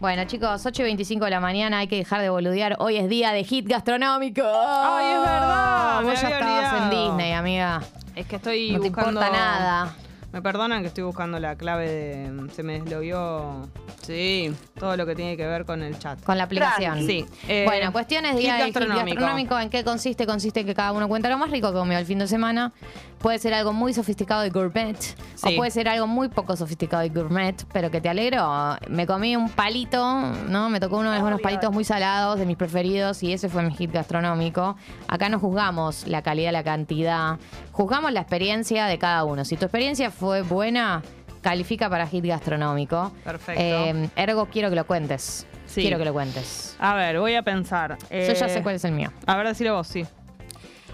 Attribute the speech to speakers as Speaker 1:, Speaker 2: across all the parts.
Speaker 1: Bueno, chicos, 8 y 25 de la mañana, hay que dejar de boludear. Hoy es día de hit gastronómico. ¡Ay,
Speaker 2: es verdad, me
Speaker 1: Vos ya
Speaker 2: había
Speaker 1: estabas en
Speaker 2: olvidado.
Speaker 1: Disney, amiga.
Speaker 2: Es que estoy
Speaker 1: No te
Speaker 2: buscando.
Speaker 1: importa nada.
Speaker 2: Me perdonan que estoy buscando la clave de. mm, Se me deslogueó. Sí. Todo lo que tiene que ver con el chat.
Speaker 1: Con la aplicación.
Speaker 3: Tranqui.
Speaker 2: Sí. eh,
Speaker 1: bueno, cuestiones de
Speaker 2: kit
Speaker 1: día de hit gastronómico. ¿En qué consiste? Consiste en que cada uno cuenta lo más rico que comió el fin de semana. Puede ser algo muy sofisticado de gourmet.
Speaker 2: Sí.
Speaker 1: O puede ser algo muy poco sofisticado de gourmet, pero que te alegro. Me comí un palito, ¿no? Me tocó uno de algunos
Speaker 3: Obvio.
Speaker 1: palitos muy salados, de mis preferidos, y ese fue mi hit gastronómico. Acá no juzgamos la calidad, la cantidad. Juzgamos la experiencia de cada uno. Si tu experiencia fue buena, califica para hit gastronómico.
Speaker 2: Perfecto.
Speaker 1: Eh, ergo, quiero que lo cuentes.
Speaker 2: Sí.
Speaker 1: Quiero que lo cuentes.
Speaker 2: A ver, voy a pensar.
Speaker 1: Yo ya
Speaker 2: Eh,
Speaker 1: sé cuál es el mío.
Speaker 2: A ver, decilo vos, sí.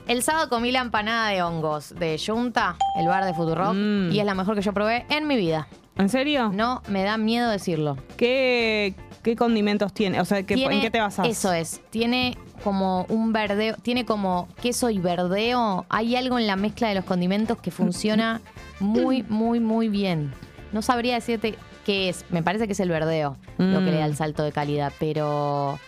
Speaker 1: El sábado comí la empanada de hongos de Junta, el bar de Futurock,
Speaker 2: Mm.
Speaker 1: y es la mejor que yo probé en mi vida.
Speaker 2: ¿En serio?
Speaker 1: No me da miedo decirlo.
Speaker 2: ¿Qué, qué condimentos tiene? O sea, ¿qué-
Speaker 1: Tiene-
Speaker 2: ¿en qué te basas?
Speaker 1: Eso eh. es. Tiene como un verdeo, tiene como queso y verdeo. Hay algo en la mezcla de los condimentos que funciona muy, muy, muy bien. No sabría decirte qué es. Me parece que es el verdeo lo que le da
Speaker 2: Mm.
Speaker 1: el salto de calidad, pero.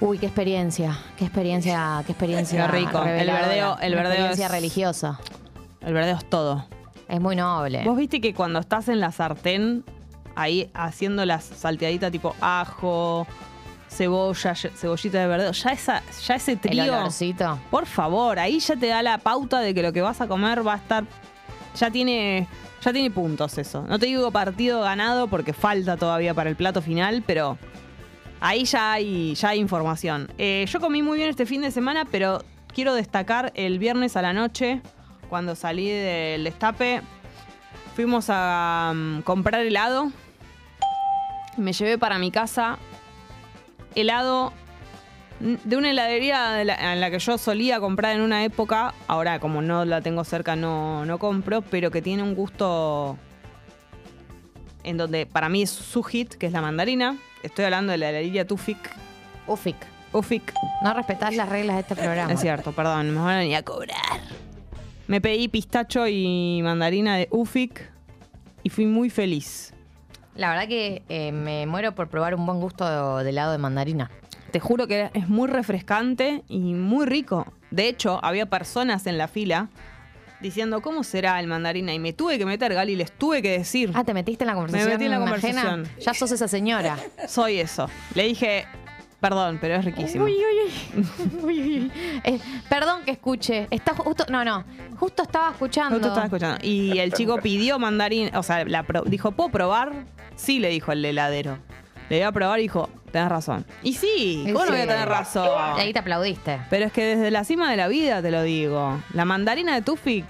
Speaker 1: Uy, qué experiencia, qué experiencia, qué experiencia.
Speaker 2: Qué rico. El
Speaker 1: reveladora.
Speaker 2: verdeo- el
Speaker 1: Una
Speaker 2: verdeo
Speaker 1: experiencia
Speaker 2: es-
Speaker 1: religiosa.
Speaker 2: El verdeo es todo.
Speaker 1: Es muy noble.
Speaker 2: Vos viste que cuando estás en la sartén, ahí haciendo la salteadita tipo ajo, cebolla, ye- cebollita de verdeo, ya, esa, ya ese
Speaker 1: El
Speaker 2: trío.
Speaker 1: olorcito.
Speaker 2: Por favor, ahí ya te da la pauta de que lo que vas a comer va a estar. Ya tiene. Ya tiene puntos eso. No te digo partido ganado porque falta todavía para el plato final, pero ahí ya hay, ya hay información. Eh, yo comí muy bien este fin de semana, pero quiero destacar el viernes a la noche, cuando salí del destape, fuimos a mm, comprar helado. Me llevé para mi casa helado de una heladería de la- en la que yo solía comprar en una época, ahora como no la tengo cerca no, no compro, pero que tiene un gusto en donde para mí es su hit, que es la mandarina. Estoy hablando de la heladería Tufik.
Speaker 1: Ufic.
Speaker 2: Ufik,
Speaker 1: No respetás las reglas de este programa.
Speaker 2: es cierto, perdón, me van a venir a cobrar. Me pedí pistacho y mandarina de Ufik y fui muy feliz.
Speaker 1: La verdad que eh, me muero por probar un buen gusto de helado de mandarina.
Speaker 2: Te juro que es muy refrescante y muy rico. De hecho, había personas en la fila diciendo, ¿cómo será el mandarina? Y me tuve que meter, Gali, les tuve que decir,
Speaker 1: Ah, te metiste en la conversación.
Speaker 2: metí en la
Speaker 1: ajena?
Speaker 2: conversación.
Speaker 1: Ya sos esa señora.
Speaker 2: soy eso. Le dije, perdón, pero es riquísimo.
Speaker 1: Uy, uy, uy. Uy, uy, uy. Eh, perdón que escuche. Está justo. No, no. Justo estaba escuchando.
Speaker 2: Justo estaba escuchando. Y el chico pidió mandarina, o sea, la pro- dijo, ¿puedo probar? Sí, le dijo el heladero. Le iba a probar y dijo, tenés razón. Y sí,
Speaker 1: Y
Speaker 2: ¿cómo no
Speaker 1: sí.
Speaker 2: voy a tener razón?
Speaker 1: Y ahí te aplaudiste.
Speaker 2: Pero es que desde la cima de la vida te lo digo. La mandarina de Tufik,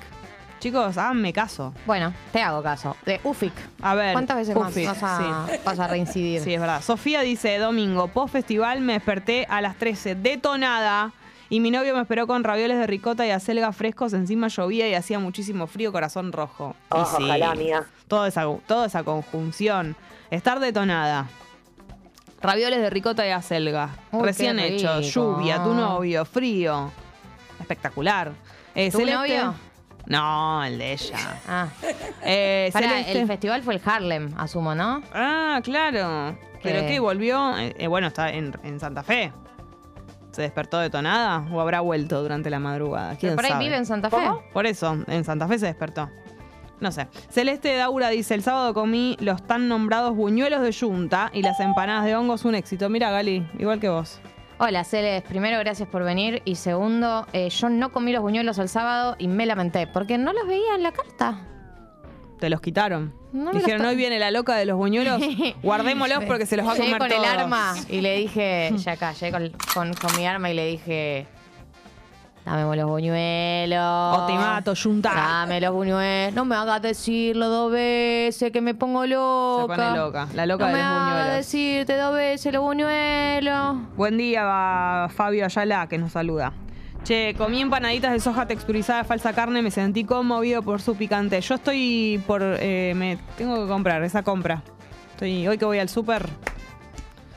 Speaker 2: chicos, háganme caso.
Speaker 1: Bueno, te hago caso. De Ufic.
Speaker 2: A ver.
Speaker 1: ¿Cuántas veces
Speaker 2: Ufi,
Speaker 1: más vas a,
Speaker 2: sí.
Speaker 1: vas a reincidir?
Speaker 2: Sí, es verdad. Sofía dice, domingo, post festival me desperté a las 13, detonada. Y mi novio me esperó con ravioles de ricota y acelga frescos. Encima llovía y hacía muchísimo frío, corazón rojo. Y
Speaker 3: Oh,
Speaker 2: sí,
Speaker 3: Ojalá, mía.
Speaker 2: Toda esa, toda esa conjunción. Estar detonada. Ravioles de ricota y acelga.
Speaker 1: Uy, qué
Speaker 2: Recién hechos.
Speaker 1: rico.
Speaker 2: Lluvia, tu novio, frío. Espectacular. Eh,
Speaker 1: ¿Tu novio?
Speaker 2: No, el de ella.
Speaker 1: Ah.
Speaker 2: Eh,
Speaker 1: Pará,
Speaker 2: Celeste-
Speaker 1: el festival fue el Harlem, asumo, ¿no?
Speaker 2: Ah, claro. ¿Pero
Speaker 1: Eh.
Speaker 2: qué? ¿Volvió? Eh, eh, bueno, está en, en Santa Fe. ¿Se despertó detonada o habrá vuelto durante la madrugada? ¿Quién
Speaker 1: Pero por ahí
Speaker 2: sabe?
Speaker 1: vive en Santa Fe.
Speaker 2: ¿Cómo? Por eso, en Santa Fe se despertó. No sé. Celeste Daura dice, el sábado comí los tan nombrados buñuelos de yunta y las empanadas de hongos un éxito. Mira, Gali, igual que vos.
Speaker 1: Hola, Celes. Primero, gracias por venir. Y segundo, eh, yo no comí los buñuelos el sábado y me lamenté porque no los veía en la carta.
Speaker 2: Te los quitaron.
Speaker 1: No me los
Speaker 2: Dijeron,
Speaker 1: to-
Speaker 2: hoy viene la loca de los buñuelos, guardémoslos porque se los va a
Speaker 1: Llegué
Speaker 2: comer
Speaker 1: con el
Speaker 2: todos".
Speaker 1: arma y le dije, ya acá, llegué con, con- con mi arma y le dije, dame los buñuelos.
Speaker 2: O te mato, yunta.
Speaker 1: Dame los buñuelos. No me hagas decirlo dos veces, que me pongo loca.
Speaker 2: Se pone loca, la loca
Speaker 1: no
Speaker 2: de
Speaker 1: me
Speaker 2: los
Speaker 1: hagas
Speaker 2: buñuelos.
Speaker 1: decirte dos veces los buñuelos.
Speaker 2: Buen día, va Fabio Ayala, que nos saluda. Che, comí empanaditas de soja texturizada de falsa carne, me sentí conmovido por su picante. Yo estoy por. eh, me tengo que comprar esa compra. Estoy, hoy que voy al súper,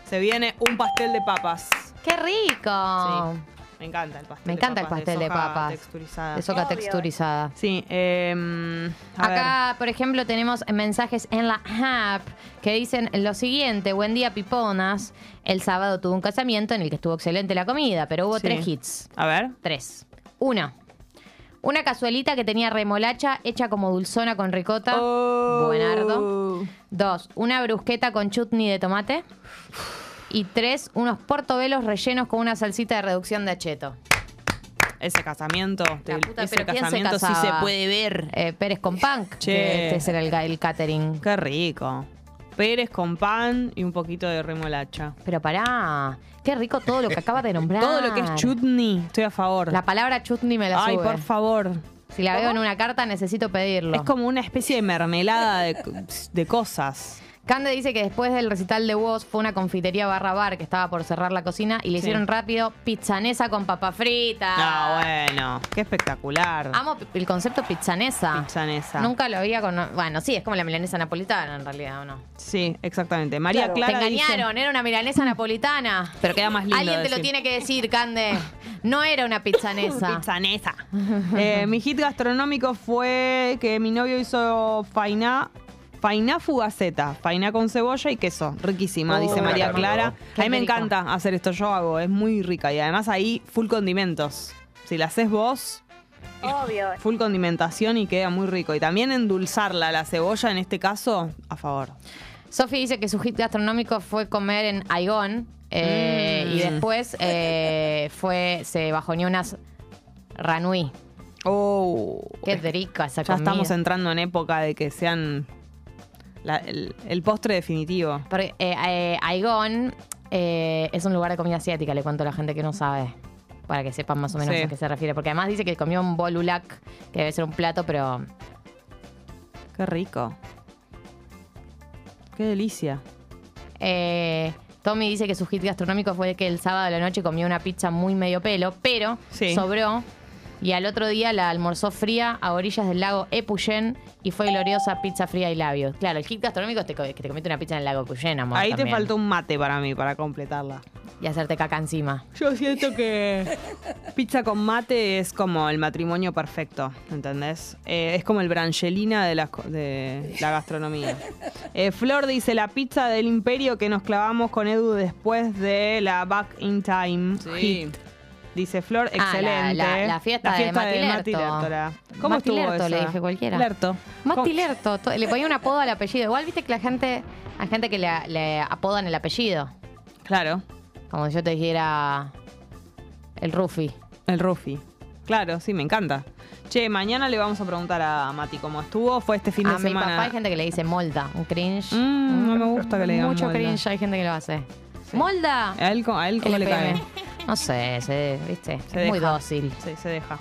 Speaker 2: se viene un pastel de papas.
Speaker 1: ¡Qué rico!
Speaker 2: Sí. Me encanta el pastel.
Speaker 1: Ah. Me
Speaker 2: de
Speaker 1: encanta el
Speaker 2: papas
Speaker 1: pastel de
Speaker 2: soja
Speaker 1: papas.
Speaker 2: Texturizada.
Speaker 1: De soca
Speaker 3: Obvio.
Speaker 1: texturizada.
Speaker 2: Sí, eh, a
Speaker 1: Acá, por ejemplo, tenemos mensajes en la app que dicen lo siguiente: Buen día, piponas. El sábado tuve un casamiento en el que estuvo excelente la comida, pero hubo
Speaker 2: Sí.
Speaker 1: tres hits.
Speaker 2: ver. A ver.
Speaker 1: Tres. Uno. Una cazuelita que tenía remolacha hecha como dulzona con ricota. Buenardo.
Speaker 2: Oh.
Speaker 1: Dos. Una brusqueta con chutney de tomate. Y tres. Unos portobelos rellenos con una salsita de reducción de acheto.
Speaker 2: Ese casamiento, te-
Speaker 1: puta,
Speaker 2: ese
Speaker 1: pero ¿quién se
Speaker 2: casamiento sí se
Speaker 1: casaba?
Speaker 2: puede ver.
Speaker 1: Eh, Pérez con Punk.
Speaker 2: Che.
Speaker 1: que Este será el, ga- el catering.
Speaker 2: Qué rico. Pérez con pan y un poquito de remolacha.
Speaker 1: Pero pará. Qué rico todo lo que acabas de nombrar.
Speaker 2: Todo lo que es chutney, estoy a favor.
Speaker 1: La palabra chutney me la
Speaker 2: Ay,
Speaker 1: sube.
Speaker 2: por favor.
Speaker 1: Si la veo en una carta, necesito pedirlo.
Speaker 2: Es como una especie de mermelada de, de cosas.
Speaker 1: Cande dice que después del recital de Woz fue una confitería barra bar que estaba por cerrar la cocina y le
Speaker 2: Sí.
Speaker 1: hicieron rápido pizzanesa con papa frita.
Speaker 2: Ah, bueno. Qué espectacular.
Speaker 1: Amo pi- el concepto pizzanesa.
Speaker 2: Pizzanesa.
Speaker 1: Nunca lo había con. Bueno, sí, es como la milanesa napolitana en realidad, ¿o no?
Speaker 2: Sí, exactamente. María
Speaker 3: Claro.
Speaker 2: Clara
Speaker 1: Te
Speaker 2: dice-
Speaker 1: engañaron, era una milanesa napolitana.
Speaker 2: pero queda más lindo.
Speaker 1: Alguien te lo
Speaker 2: decir.
Speaker 1: tiene que decir, Cande. No era una pizzanesa.
Speaker 2: Pizzanesa. Eh, mi hit gastronómico fue que mi novio hizo fainá, fainá fugaceta, fainá con cebolla y queso. Riquísima,
Speaker 1: Oh.
Speaker 2: dice
Speaker 1: Qué
Speaker 2: María
Speaker 3: rico.
Speaker 2: Clara.
Speaker 1: Qué
Speaker 2: a mí me
Speaker 1: rico.
Speaker 2: encanta hacer esto, yo hago, es muy rica y además ahí full condimentos. Si la haces vos,
Speaker 3: Obvio.
Speaker 2: full condimentación y queda muy rico. Y también endulzarla, la cebolla en este caso, a favor.
Speaker 1: Sofi dice que su hit gastronómico fue comer en Aigón eh,
Speaker 2: Mm.
Speaker 1: y después eh, fue se bajoneó unas ranui.
Speaker 2: Oh,
Speaker 1: Qué rica esa
Speaker 2: ya
Speaker 1: comida.
Speaker 2: estamos entrando en época de que sean la- el- el postre definitivo.
Speaker 1: Porque, eh, eh, Aigón eh, es un lugar de comida asiática, le cuento a la gente que no sabe. Para que sepan más o menos
Speaker 2: Sí.
Speaker 1: a qué se refiere. Porque además dice que comió un bolulak, que debe ser un plato, pero
Speaker 2: Qué rico. Qué delicia.
Speaker 1: Eh, Tommy dice que su hit gastronómico fue que el sábado de la noche comió una pizza muy medio pelo, pero
Speaker 2: Sí.
Speaker 1: sobró y al otro día la almorzó fría a orillas del lago Epuyén y fue gloriosa pizza fría y labios. Claro, el hit gastronómico es te co- que te comiste una pizza en el lago Epuyén, amor.
Speaker 2: Ahí te
Speaker 1: también.
Speaker 2: faltó un mate para mí, para completarla.
Speaker 1: Y hacerte caca encima.
Speaker 2: Yo siento que pizza con mate es como el matrimonio perfecto, ¿entendés? Eh, es como el brangelina de la, de la gastronomía. Eh, Flor dice la pizza del imperio que nos clavamos con Edu después de la Back in Time. hit. Dice Flor,
Speaker 1: Ah,
Speaker 2: excelente.
Speaker 1: la- la- la fiesta de Mati Lerto.
Speaker 2: Lertora. ¿Cómo
Speaker 1: Mati
Speaker 2: estuvo
Speaker 1: Lerto, le
Speaker 2: esa?
Speaker 1: dije cualquiera.
Speaker 2: Lerto. ¿Cómo-
Speaker 1: Mati Lerto, to- le ponía un apodo al apellido. Igual viste que la gente, hay gente que le, le apodan el apellido.
Speaker 2: Claro.
Speaker 1: Como si yo te dijera el Rufi.
Speaker 2: El Rufi. Claro, sí, me encanta. Che, mañana le vamos a preguntar a Mati cómo estuvo. Fue este fin
Speaker 1: A
Speaker 2: de
Speaker 1: mi
Speaker 2: semana.
Speaker 1: papá hay gente que le dice molda, un cringe.
Speaker 2: Mm, no me gusta que le digan
Speaker 1: Mucho
Speaker 2: molda.
Speaker 1: cringe, hay gente que lo hace. ¡Molda!
Speaker 2: ¿A él, co- a él cómo le
Speaker 1: LPM.
Speaker 2: cae?
Speaker 1: No sé, se, viste,
Speaker 2: Se
Speaker 1: es muy
Speaker 2: deja.
Speaker 1: dócil.
Speaker 2: Sí, se deja.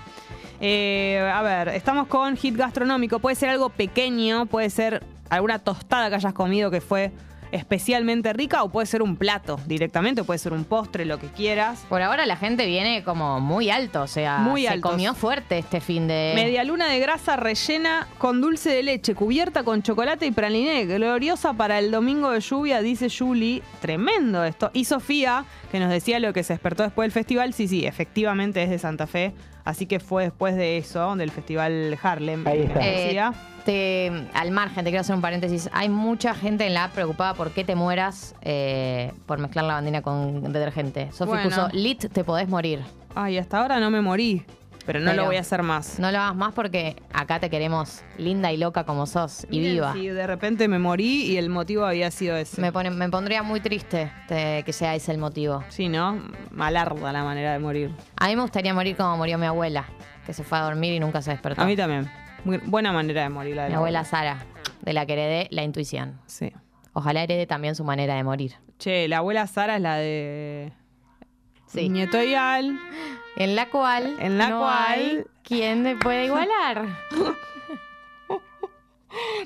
Speaker 2: Eh, a ver, estamos con hit gastronómico. Puede ser algo pequeño, puede ser alguna tostada que hayas comido que fue especialmente rica o puede ser un plato directamente, o puede ser un postre, lo que quieras.
Speaker 1: Por ahora la gente viene como muy alto, o sea,
Speaker 2: Muy
Speaker 1: se
Speaker 2: altos.
Speaker 1: comió fuerte este fin de...
Speaker 2: Media luna de grasa rellena con dulce de leche, cubierta con chocolate y praliné. Gloriosa para el domingo de lluvia, dice Julie. Tremendo esto. Y Sofía, que nos decía lo que se despertó después del festival. Sí, sí, efectivamente es de Santa Fe. Así que fue después de eso, del festival Harlem.
Speaker 4: Ahí está.
Speaker 1: Eh,
Speaker 2: Decía.
Speaker 1: te- al margen, te quiero hacer un paréntesis. Hay mucha gente en la app preocupada por qué te mueras eh, por mezclar la bandina con detergente. Sofi
Speaker 2: Bueno.
Speaker 1: puso, Lit, te podés morir.
Speaker 2: Ay, hasta ahora no me morí, pero no
Speaker 1: Pero-
Speaker 2: lo voy a hacer más.
Speaker 1: No lo hagas más porque acá te queremos linda y loca como sos y
Speaker 2: Miren
Speaker 1: viva.
Speaker 2: si de repente me morí y el motivo había sido ese.
Speaker 1: Me, pone- me pondría muy triste te- que sea ese el motivo.
Speaker 2: Sí, ¿no? Malarda la manera de morir.
Speaker 1: A mí me gustaría morir como murió mi abuela, que se fue a dormir y nunca se despertó.
Speaker 2: A mí también. Muy- buena manera de morir la de
Speaker 1: Ah. mi
Speaker 2: la
Speaker 1: abuela Sara, de la que heredé la intuición.
Speaker 2: Sí.
Speaker 1: Ojalá herede también su manera de morir.
Speaker 2: Che, la abuela Sara es la de.
Speaker 1: Sí.
Speaker 2: Nieto y Al.
Speaker 1: En la cual
Speaker 2: En la
Speaker 1: no
Speaker 2: cual-
Speaker 1: hay quien le puede igualar.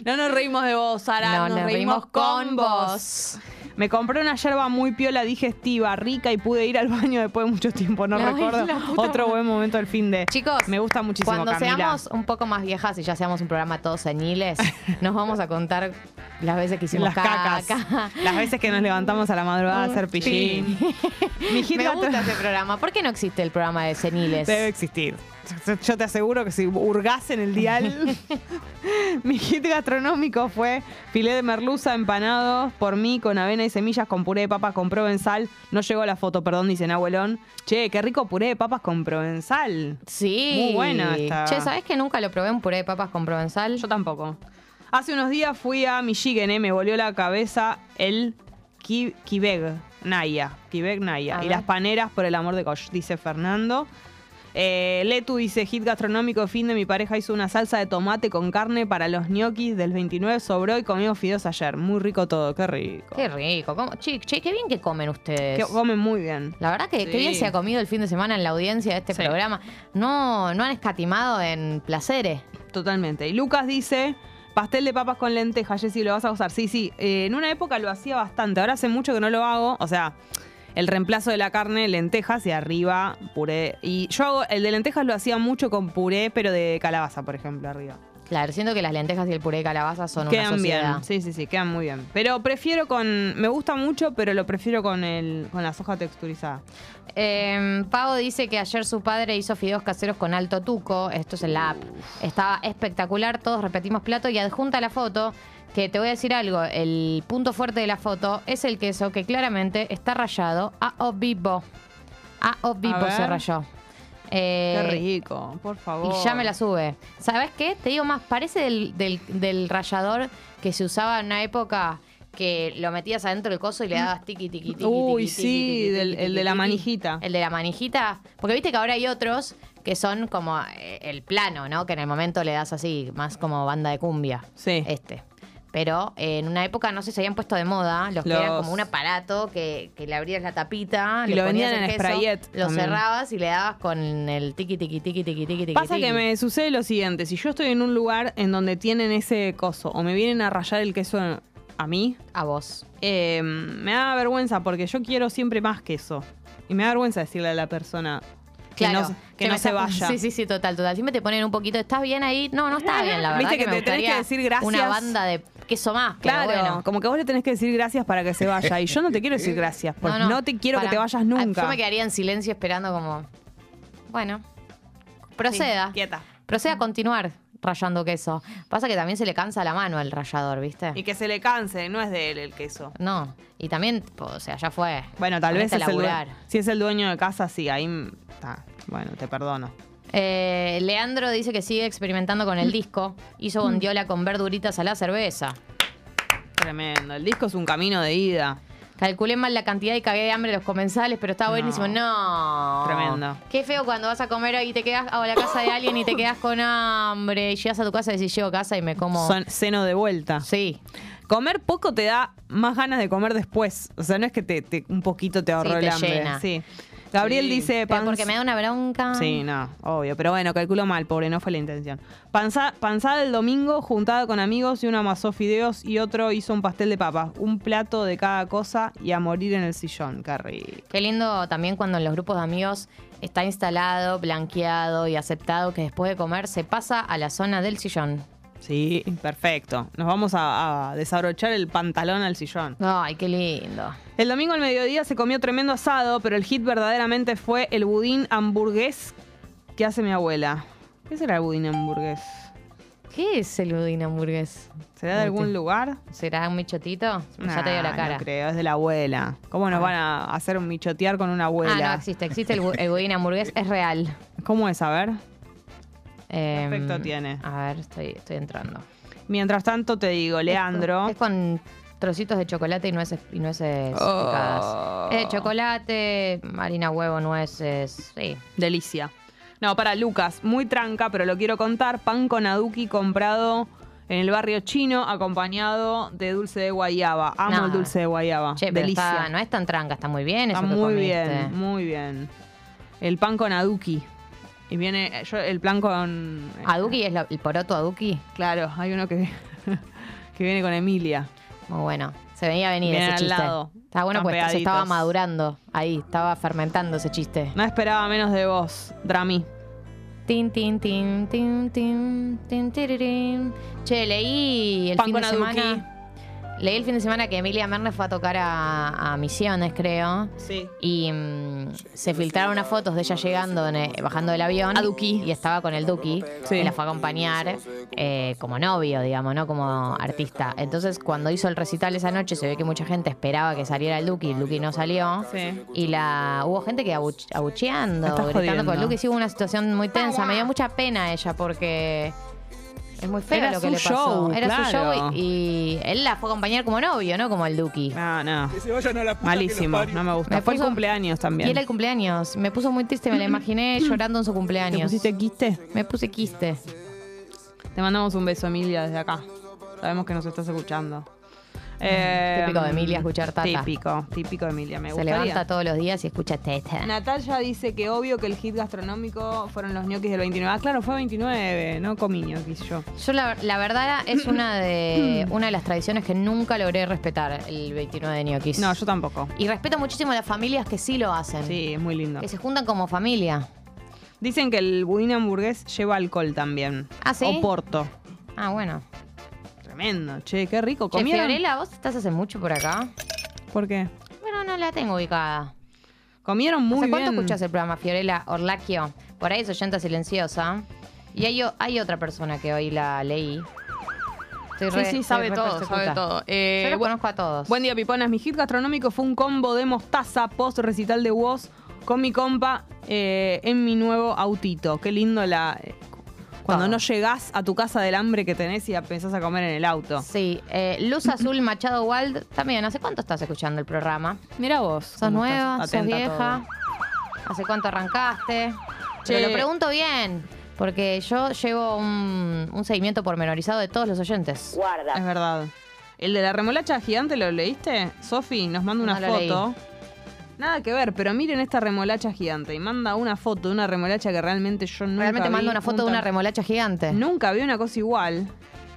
Speaker 2: No nos reímos de vos, Sara.
Speaker 1: no, nos reímos con vos.
Speaker 2: Me compré una yerba muy piola digestiva, rica y pude ir al baño después de mucho tiempo, no
Speaker 1: Ay,
Speaker 2: recuerdo.
Speaker 1: la puta
Speaker 2: Otro buen momento del fin de.
Speaker 1: Chicos,
Speaker 2: me gusta muchísimo
Speaker 1: Cuando
Speaker 2: Camila.
Speaker 1: seamos un poco más viejas y ya seamos un programa todos señiles, nos vamos a contar las veces que hicimos
Speaker 2: las cacas.
Speaker 1: caca.
Speaker 2: Las veces que nos levantamos a la madrugada a hacer pillín. Mi
Speaker 1: Me
Speaker 2: hijita
Speaker 1: gusta ese programa. ¿Por qué no existe el programa de seniles?
Speaker 2: Debe existir. Yo te aseguro que si hurgás en el dial, mi hit gastronómico fue filé de merluza empanados por mí con avena y semillas con puré de papas con provenzal. No llegó la foto, perdón, dicen abuelón. Che, qué rico puré de papas con provenzal.
Speaker 1: Sí.
Speaker 2: Muy buena esta.
Speaker 1: Che, ¿sabés que nunca lo probé un puré de papas con provenzal?
Speaker 2: Yo tampoco. Hace unos días fui a Michigan, ¿eh? me volvió la cabeza el ki- Kibeg Naya. Kibeg Naya.
Speaker 1: A
Speaker 2: Y
Speaker 1: ver.
Speaker 2: las paneras, por el amor de Gosh, dice Fernando. Eh, Letu dice, hit gastronómico fin de mi pareja hizo una salsa de tomate con carne para los ñoquis del 29, sobró y comimos fideos ayer. Muy rico todo, qué rico.
Speaker 1: Qué rico. ¿Cómo? Che, che, qué bien que comen ustedes.
Speaker 2: Que comen muy bien.
Speaker 1: La verdad que qué
Speaker 2: Sí.
Speaker 1: bien se ha comido el fin de semana en la audiencia de este
Speaker 2: Sí.
Speaker 1: programa. No, no han escatimado en placeres.
Speaker 2: Totalmente. Y Lucas dice, pastel de papas con lentejas, Jessy, lo vas a gozar. Sí, sí, eh, en una época lo hacía bastante, ahora hace mucho que no lo hago, o sea, el reemplazo de la carne, lentejas y arriba puré. Y yo hago, el de lentejas lo hacía mucho con puré, pero de calabaza, por ejemplo, arriba.
Speaker 1: Claro, siento que las lentejas y el puré de calabaza son una
Speaker 2: quedan
Speaker 1: sociedad.
Speaker 2: bien, sí, sí, sí, quedan muy bien. Pero prefiero con, me gusta mucho, pero lo prefiero con, el, con la soja texturizada.
Speaker 1: Eh, Pavo dice que ayer su padre hizo fideos caseros con alto tuco. Esto es en la app. Estaba espectacular. Todos repetimos plato y adjunta la foto. Que te voy a decir algo. El punto fuerte de la foto es el queso que claramente está rayado a o vivo. A o vivo
Speaker 2: ver.
Speaker 1: se rayó. Eh,
Speaker 2: Qué rico, por favor.
Speaker 1: y ya me la sube. ¿Sabes qué? Te digo más, parece del, del, del rallador que se usaba en una época que lo metías adentro del coso y le dabas tiqui, tiqui, tiqui.
Speaker 2: Uy,
Speaker 1: tiqui,
Speaker 2: sí,
Speaker 1: tiqui, tiqui,
Speaker 2: del-
Speaker 1: tiqui,
Speaker 2: el de la
Speaker 1: tiqui.
Speaker 2: manijita.
Speaker 1: El de la manijita. Porque viste que ahora hay otros que son como eh, el plano, ¿no? Que en el momento le das así, más como banda de cumbia.
Speaker 2: Sí.
Speaker 1: Este. Pero eh, en una época no sé, se habían puesto de moda los, que eran
Speaker 2: Los-
Speaker 1: como un aparato que, que le abrías la tapita,
Speaker 2: Y
Speaker 1: le
Speaker 2: lo
Speaker 1: ponías el
Speaker 2: vendían en
Speaker 1: queso,
Speaker 2: sprayet
Speaker 1: lo
Speaker 2: también.
Speaker 1: cerrabas y le dabas con el tiqui tiqui tiqui tiqui tiqui tiqui.
Speaker 2: Pasa
Speaker 1: tiqui.
Speaker 2: que me sucede lo siguiente, si yo estoy en un lugar en donde tienen ese coso o me vienen a rayar el queso a mí,
Speaker 1: A vos.
Speaker 2: eh, me da vergüenza porque yo quiero siempre más queso. Y me da vergüenza decirle a la persona que
Speaker 1: Claro.
Speaker 2: no, se- que
Speaker 1: me
Speaker 2: no se
Speaker 1: está-
Speaker 2: vaya.
Speaker 1: Sí, sí, sí, total, total. Siempre te ponen un poquito, ¿estás bien ahí? No, no está bien, la verdad.
Speaker 2: Viste que
Speaker 1: me
Speaker 2: te tenés que
Speaker 1: gustaría
Speaker 2: decir gracias.
Speaker 1: Una banda de queso más, pero
Speaker 2: Claro,
Speaker 1: bueno.
Speaker 2: como que vos le tenés que decir gracias para que se vaya. Y yo no te quiero decir gracias, porque no, te quiero
Speaker 1: para-
Speaker 2: que te vayas
Speaker 1: Ah,
Speaker 2: nunca.
Speaker 1: Yo me quedaría en silencio esperando como. Bueno.
Speaker 2: Sí,
Speaker 1: Proceda.
Speaker 2: quieta.
Speaker 1: proceda a continuar rayando queso. Pasa que también se le cansa la mano al rallador, ¿viste?
Speaker 2: Y que se le canse, no es de él el queso.
Speaker 1: No. Y también, po, o sea, ya fue.
Speaker 2: Bueno, tal vez
Speaker 1: Ponete a
Speaker 2: es el
Speaker 1: laburar.
Speaker 2: dueño, si es el dueño de casa, sí, ahí está. Bueno, te perdono.
Speaker 1: Eh, Leandro dice que sigue experimentando con el disco. Hizo
Speaker 2: Mm.
Speaker 1: bondiola con verduritas a la cerveza.
Speaker 2: Tremendo. El disco es un camino de ida.
Speaker 1: Calculé mal la cantidad y cagué de hambre los comensales, pero estaba
Speaker 2: No.
Speaker 1: buenísimo. No.
Speaker 2: Tremendo.
Speaker 1: Qué feo cuando vas a comer y te quedas a la casa de alguien y te quedas con hambre. Y llegas a tu casa y decís, llego a casa y me como.
Speaker 2: Son seno de vuelta.
Speaker 1: Sí.
Speaker 2: Comer poco te da más ganas de comer después. O sea, no es que te, te- un poquito te ahorró
Speaker 1: Sí, te
Speaker 2: el hambre.
Speaker 1: llena.
Speaker 2: Sí. Gabriel dice
Speaker 1: Pero
Speaker 2: pan.
Speaker 1: porque me da una bronca.
Speaker 2: Sí, no, obvio. Pero bueno, calculo mal, pobre, no fue la intención. Panza, panzada el domingo, juntada con amigos y uno amasó fideos y otro hizo un pastel de papas. Un plato de cada cosa y a morir en el sillón, qué rico.
Speaker 1: Qué lindo también cuando en los grupos de amigos está instalado, blanqueado y aceptado que después de comer se pasa a la zona del sillón.
Speaker 2: Sí, perfecto. Nos vamos a- a desabrochar el pantalón al sillón.
Speaker 1: Ay, qué lindo.
Speaker 2: El domingo al mediodía se comió tremendo asado, pero el hit verdaderamente fue el budín hamburgués que hace mi abuela. ¿Qué será el budín hamburgués?
Speaker 1: ¿Qué es el budín hamburgués?
Speaker 2: ¿Será de algún
Speaker 1: Ente.
Speaker 2: lugar?
Speaker 1: ¿Será un michotito?
Speaker 2: Nah,
Speaker 1: Este. ya te dio la cara. Ah,
Speaker 2: No creo, es de la abuela. ¿Cómo nos van a hacer un michotear con una
Speaker 1: ah, no
Speaker 2: abuela?
Speaker 1: existe. Existe el, bu- el budín hamburgués, es real.
Speaker 2: ¿Cómo es? A ver.
Speaker 1: Eh,
Speaker 2: Perfecto tiene.
Speaker 1: A ver, estoy, estoy entrando.
Speaker 2: Mientras tanto te digo, Leandro.
Speaker 1: Es con trocitos de chocolate y nueces, y nueces
Speaker 2: Oh.
Speaker 1: picadas. Es de chocolate, harina, huevo, nueces. Sí.
Speaker 2: Delicia. No, para Lucas, muy tranca, pero lo quiero contar. Pan con aduki comprado en el barrio chino, acompañado de dulce de guayaba. Amo
Speaker 1: Nah.
Speaker 2: el dulce de guayaba.
Speaker 1: Che, pero
Speaker 2: Ah, Delicia.
Speaker 1: está- no es tan tranca, está muy bien.
Speaker 2: Está
Speaker 1: eso que
Speaker 2: muy
Speaker 1: comiste.
Speaker 2: bien, muy bien. El pan con aduki. Y viene eh, yo, el plan con... eh,
Speaker 1: Aduki es la- el poroto aduki.
Speaker 2: Claro, hay uno que, que viene con Emilia.
Speaker 1: Muy bueno. Se venía a venir
Speaker 2: Bien
Speaker 1: ese
Speaker 2: al
Speaker 1: chiste.
Speaker 2: lado,
Speaker 1: Está bueno
Speaker 2: están
Speaker 1: porque se
Speaker 2: pegaditos.
Speaker 1: estaba madurando ahí, estaba fermentando ese chiste.
Speaker 2: No esperaba menos de vos, Drami.
Speaker 1: Tin, tin, tin, tin, tin, tin, tirirín. Che, leí el
Speaker 2: Pan
Speaker 1: fin de
Speaker 2: con
Speaker 1: semana. Leí el fin de semana que Emilia Mernes fue a tocar a, a Misiones, creo.
Speaker 2: Sí.
Speaker 1: Y mm, se filtraron unas fotos de ella llegando, en el- bajando del avión.
Speaker 2: A Duki.
Speaker 1: Y estaba con el Duki,
Speaker 2: Sí.
Speaker 1: que la fue a acompañar eh, como novio, digamos, no como artista. Entonces, cuando hizo el recital esa noche, se ve que mucha gente esperaba que saliera el Duki. El Duki no salió.
Speaker 2: Sí.
Speaker 1: Y la hubo gente que abuch- abucheando,
Speaker 2: Me estás
Speaker 1: gritando con el
Speaker 2: jodiendo.
Speaker 1: Duki. Sí, hubo una situación muy tensa. Me dio mucha pena ella porque. Es muy feo
Speaker 2: Era
Speaker 1: lo que
Speaker 2: su
Speaker 1: le pasó.
Speaker 2: show,
Speaker 1: Era su
Speaker 2: claro.
Speaker 1: show y, y él la fue a acompañar como novio, ¿no? Como el Duki.
Speaker 2: No, no.
Speaker 3: Que se vayan a la puta que los
Speaker 2: Malísimo,
Speaker 3: parió.
Speaker 2: no me gusta.
Speaker 1: Me
Speaker 2: Fue el
Speaker 1: puso-
Speaker 2: cumpleaños
Speaker 1: Y era el
Speaker 2: también.
Speaker 1: cumpleaños. Me puso muy triste, me la imaginé llorando en su
Speaker 2: ¿Te
Speaker 1: cumpleaños.
Speaker 2: pusiste quiste?
Speaker 1: Me puse quiste.
Speaker 2: Te mandamos un beso, Emilia, desde acá. Sabemos que nos estás escuchando. Eh,
Speaker 1: típico de Emilia escuchar tata.
Speaker 2: Típico, típico de Emilia. Me
Speaker 1: Se
Speaker 2: gustaría.
Speaker 1: levanta todos los días y escucha teta.
Speaker 2: Natalia dice que obvio que el hit gastronómico fueron los ñoquis del 29. Ah, claro, fue 29, no comí ñoquis yo.
Speaker 1: Yo la, la verdad es una de una de las tradiciones que nunca logré respetar el 29 de ñoquis.
Speaker 2: No, yo tampoco.
Speaker 1: Y respeto muchísimo a las familias que sí lo hacen.
Speaker 2: Sí, es muy lindo.
Speaker 1: Que se juntan como familia.
Speaker 2: Dicen que el budín hamburgués lleva alcohol también.
Speaker 1: Ah, ¿sí?
Speaker 2: O porto.
Speaker 1: Ah, bueno.
Speaker 2: Tremendo, che, qué rico.
Speaker 1: Che,
Speaker 2: ¿Comieron?
Speaker 1: Fiorella, ¿vos estás hace mucho por acá?
Speaker 2: ¿Por qué?
Speaker 1: Bueno, no la tengo ubicada.
Speaker 2: Comieron muy
Speaker 1: ¿Hace cuánto
Speaker 2: bien.
Speaker 1: escuchás el programa Fiorella Orlaquio? Por ahí es oyenta silenciosa. Y hay, o- hay otra persona que hoy la leí. Estoy
Speaker 4: Sí,
Speaker 1: re-
Speaker 4: sí,
Speaker 1: estoy
Speaker 4: sabe
Speaker 1: re
Speaker 4: todo,
Speaker 1: persecuta.
Speaker 4: sabe todo. Eh,
Speaker 1: Yo los
Speaker 4: bu-
Speaker 1: conozco a todos.
Speaker 2: Buen día, Piponas. Mi hit gastronómico fue un combo de mostaza post recital de Woz con mi compa eh, en mi nuevo autito. Qué lindo la. eh, cuando
Speaker 1: Todo.
Speaker 2: no llegás a tu casa del hambre que tenés y la pensás a comer en el auto.
Speaker 1: Sí, eh, Luz Azul Machado Wald también. ¿Hace cuánto estás escuchando el programa?
Speaker 2: Mira vos.
Speaker 1: ¿Sos
Speaker 2: cómo
Speaker 1: nueva?
Speaker 2: estás,
Speaker 1: ¿Sos
Speaker 2: atenta a
Speaker 1: vieja? ¿Hace cuánto arrancaste? Pero
Speaker 2: Che.
Speaker 1: lo pregunto bien, porque yo llevo un, un seguimiento pormenorizado de todos los oyentes.
Speaker 2: todo. Es verdad. El de la remolacha gigante, ¿lo leíste? Sofi nos manda
Speaker 1: No
Speaker 2: una
Speaker 1: lo
Speaker 2: foto. Nada que ver, pero miren esta remolacha gigante. Y manda una foto de una remolacha que realmente yo nunca
Speaker 1: Realmente
Speaker 2: vi
Speaker 1: mando una foto de
Speaker 2: junta-
Speaker 1: una remolacha gigante.
Speaker 2: Nunca vi una cosa igual.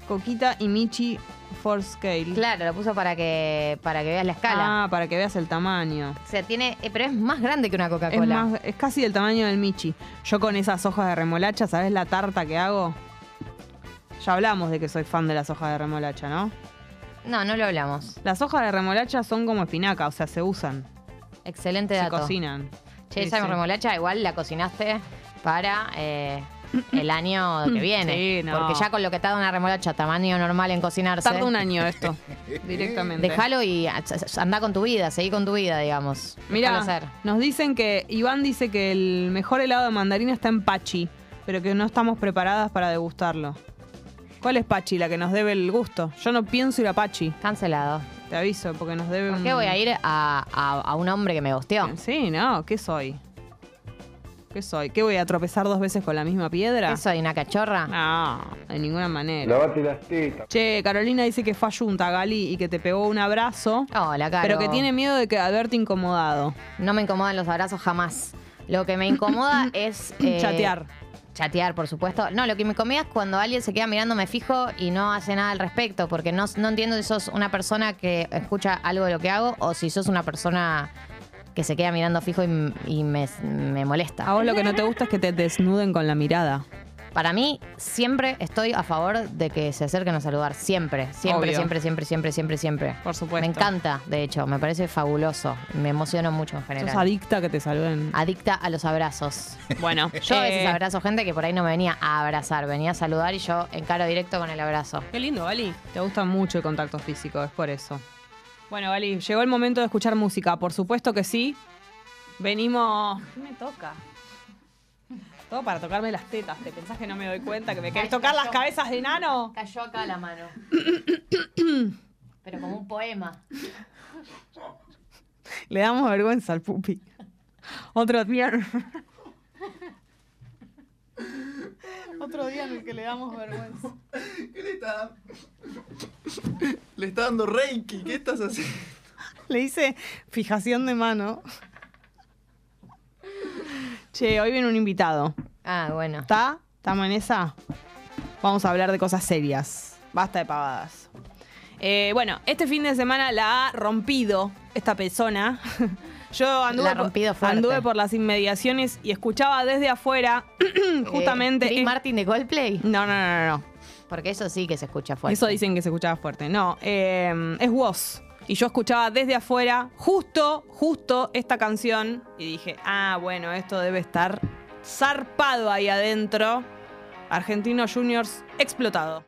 Speaker 2: Coquita y Michi for Scale.
Speaker 1: Claro, lo puso para que, para que veas la escala.
Speaker 2: Ah, para que veas el tamaño.
Speaker 1: O sea, tiene, eh, pero es más grande que una
Speaker 2: Es,
Speaker 1: Coca-Cola.
Speaker 2: más, es casi del tamaño del Michi. Yo con esas hojas de remolacha, ¿sabes la tarta que hago? Ya hablamos de que soy fan de las hojas de remolacha, ¿no?
Speaker 1: No, no lo hablamos.
Speaker 2: Las hojas de remolacha son como espinaca, o sea, se usan,
Speaker 1: Excelente
Speaker 2: se
Speaker 1: dato.
Speaker 2: cocinan.
Speaker 1: Che,
Speaker 2: Sí,
Speaker 1: esa
Speaker 2: sí.
Speaker 1: remolacha igual la cocinaste para eh, el año que viene.
Speaker 2: Sí, no.
Speaker 1: Porque ya con lo que tarda una remolacha tamaño normal en cocinarse.
Speaker 2: Tarda un año esto, directamente.
Speaker 1: Déjalo y anda con tu vida, seguí con tu vida, digamos. Déjalo
Speaker 2: Mira,
Speaker 1: hacer.
Speaker 2: nos dicen que Iván dice que el mejor helado de mandarina está en Pachi, pero que no estamos preparadas para degustarlo. ¿Cuál es Pachi? La que nos debe el gusto. Yo no pienso ir a Pachi,
Speaker 1: Cancelado.
Speaker 2: te aviso, porque nos debe
Speaker 1: ¿Por
Speaker 2: un-
Speaker 1: qué voy a ir a, a- a un hombre que me gosteó?
Speaker 2: Sí, no, ¿qué soy? ¿Qué soy? ¿Qué voy a tropezar dos veces con la misma piedra?
Speaker 1: ¿Eso de una cachorra?
Speaker 2: No, de ninguna manera.
Speaker 5: Lavate las tetas.
Speaker 2: Che, Carolina dice que fue a Junta, Gali, y que te pegó un abrazo,
Speaker 1: Hola, Caro.
Speaker 2: pero que tiene miedo de que haberte incomodado.
Speaker 1: No me incomodan los abrazos jamás. Lo que me incomoda es... eh,
Speaker 2: Chatear.
Speaker 1: Chatear, por supuesto. No, lo que me incomoda es cuando alguien se queda mirando, me fijo y no hace nada al respecto, porque no, no entiendo si sos una persona que escucha algo de lo que hago o si sos una persona que se queda mirando fijo y, y me, me molesta.
Speaker 2: A vos lo que no te gusta es que te desnuden con la mirada.
Speaker 1: Para mí, siempre estoy a favor de que se acerquen a saludar. Siempre, siempre,
Speaker 2: Obvio.
Speaker 1: siempre, siempre, siempre, siempre, siempre.
Speaker 2: Por supuesto.
Speaker 1: Me encanta, de hecho, me parece fabuloso. Me emociono mucho en
Speaker 2: Sos
Speaker 1: general.
Speaker 2: adicta a que te saluden.
Speaker 1: Adicta a los abrazos.
Speaker 2: Bueno,
Speaker 1: Yo a veces
Speaker 2: eh,
Speaker 1: abrazo gente que por ahí no me venía a abrazar, venía a saludar y yo encaro directo con el abrazo.
Speaker 2: Qué lindo, Gali. Te gusta mucho el contacto físico, es por eso. Bueno, Gali, llegó el momento de escuchar música. Por supuesto que sí. Venimos. ¿Qué me toca? Todo para tocarme las tetas. ¿Te pensás que no me doy cuenta que me querés tocar las cabezas de nano?
Speaker 1: Cayó acá la mano. Pero como un poema.
Speaker 2: Le damos vergüenza al pupi. Otro día. Otro día en el que le damos vergüenza.
Speaker 3: ¿Qué le está dando? Le está dando reiki. ¿Qué estás haciendo?
Speaker 2: Le hice fijación de mano. Che, hoy viene un invitado.
Speaker 1: Ah, bueno.
Speaker 2: ¿Está? ¿Estamos en esa? Vamos a hablar de cosas serias. Basta de pavadas. Eh, bueno, este fin de semana la ha rompido esta persona. Yo anduve,
Speaker 1: La ha
Speaker 2: por-
Speaker 1: rompido fuerte.
Speaker 2: anduve por las inmediaciones y escuchaba desde afuera, justamente.
Speaker 1: Eh, Rick
Speaker 2: eh,
Speaker 1: Martin de Coldplay.
Speaker 2: no, no, no, no, no.
Speaker 1: Porque eso sí que se escucha fuerte.
Speaker 2: Eso dicen que se escuchaba fuerte. No, eh, es Woz. Y yo escuchaba desde afuera, justo, justo esta canción. Y dije, ah, bueno, esto debe estar zarpado ahí adentro. Argentino Juniors explotado.